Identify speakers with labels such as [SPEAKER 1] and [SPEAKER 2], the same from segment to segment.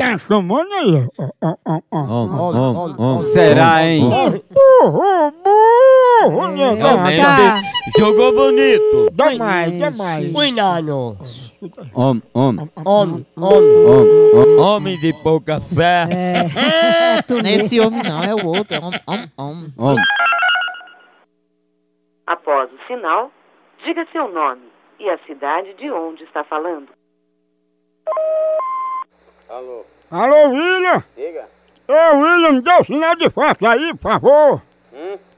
[SPEAKER 1] uma chamona aí, ó. ó, ó, ó, ó.
[SPEAKER 2] Om,
[SPEAKER 3] Olha,
[SPEAKER 2] om,
[SPEAKER 3] olha,
[SPEAKER 2] om.
[SPEAKER 3] olha.
[SPEAKER 2] Será, hein?
[SPEAKER 1] Burro, burro,
[SPEAKER 2] Realmente,
[SPEAKER 1] negada.
[SPEAKER 4] Tá.
[SPEAKER 2] Jogou bonito.
[SPEAKER 1] Dá mais, dá mais.
[SPEAKER 3] Cuidado.
[SPEAKER 2] Om, om,
[SPEAKER 3] Homem, homem.
[SPEAKER 2] om, om. Homem de pouca fé.
[SPEAKER 4] É, tu
[SPEAKER 5] Não é esse homem, não, é o outro. É um, um, um.
[SPEAKER 2] Om.
[SPEAKER 6] Após o sinal, diga seu nome e a cidade de onde está falando.
[SPEAKER 1] Alô, William? Diga. Ô, William, me dê o sinal de faixa aí, por favor.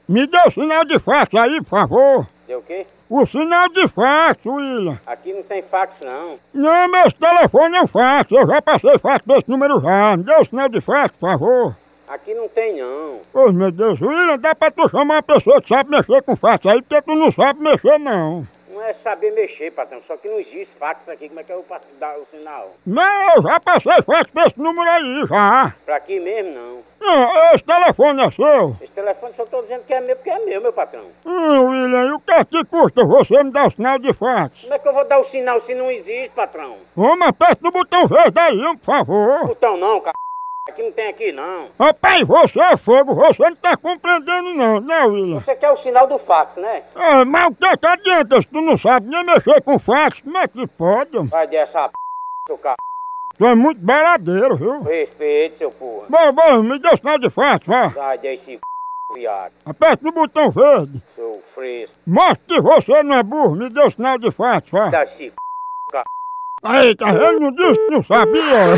[SPEAKER 1] Me dê o sinal de faixa aí, por favor.
[SPEAKER 7] Deu o quê?
[SPEAKER 1] O sinal de faixa, William.
[SPEAKER 7] Aqui não tem fax, não.
[SPEAKER 1] Não, meu telefone eu faço. Eu já passei fax desse número já. Me dê o sinal de faixa, por favor.
[SPEAKER 7] Aqui não tem, não.
[SPEAKER 1] Ô, meu Deus, William, dá pra tu chamar uma pessoa que sabe mexer com faixa aí, porque tu não sabe mexer, não.
[SPEAKER 7] Não é saber mexer, patrão. Só que não existe fax aqui. Como é que eu passo dar o sinal?
[SPEAKER 1] Não, eu já passei fax desse número aí, já.
[SPEAKER 7] Pra aqui mesmo, não.
[SPEAKER 1] Não, esse telefone é seu.
[SPEAKER 7] Esse telefone só tô dizendo que é meu porque é meu, meu patrão.
[SPEAKER 1] Hum, William, e o que é que custa você me dar o sinal de fax?
[SPEAKER 7] Como é que eu vou dar o sinal se não existe, patrão?
[SPEAKER 1] Vamos, aperta no botão verde aí, por favor.
[SPEAKER 7] Botão não, c... Aqui não tem aqui, não.
[SPEAKER 1] Rapaz, você é fogo, você não tá compreendendo não, né, William?
[SPEAKER 7] Você quer é o sinal do fax, né?
[SPEAKER 1] Ah, mas o que que adianta se tu não sabe nem mexer com fax? Como é que pode?
[SPEAKER 7] Vai dessa p... seu c...
[SPEAKER 1] Tu é muito baladeiro, viu?
[SPEAKER 7] Respeite, seu porra.
[SPEAKER 1] Bom, bom, me dê o sinal de fax, vá.
[SPEAKER 7] Sai desse p... viado,
[SPEAKER 1] Aperta no botão verde.
[SPEAKER 7] seu fresco.
[SPEAKER 1] Mostre que você não é burro, me dê o sinal de fax, vá.
[SPEAKER 7] Desse p...
[SPEAKER 1] Aí, tá vendo? Não disse que não sabia.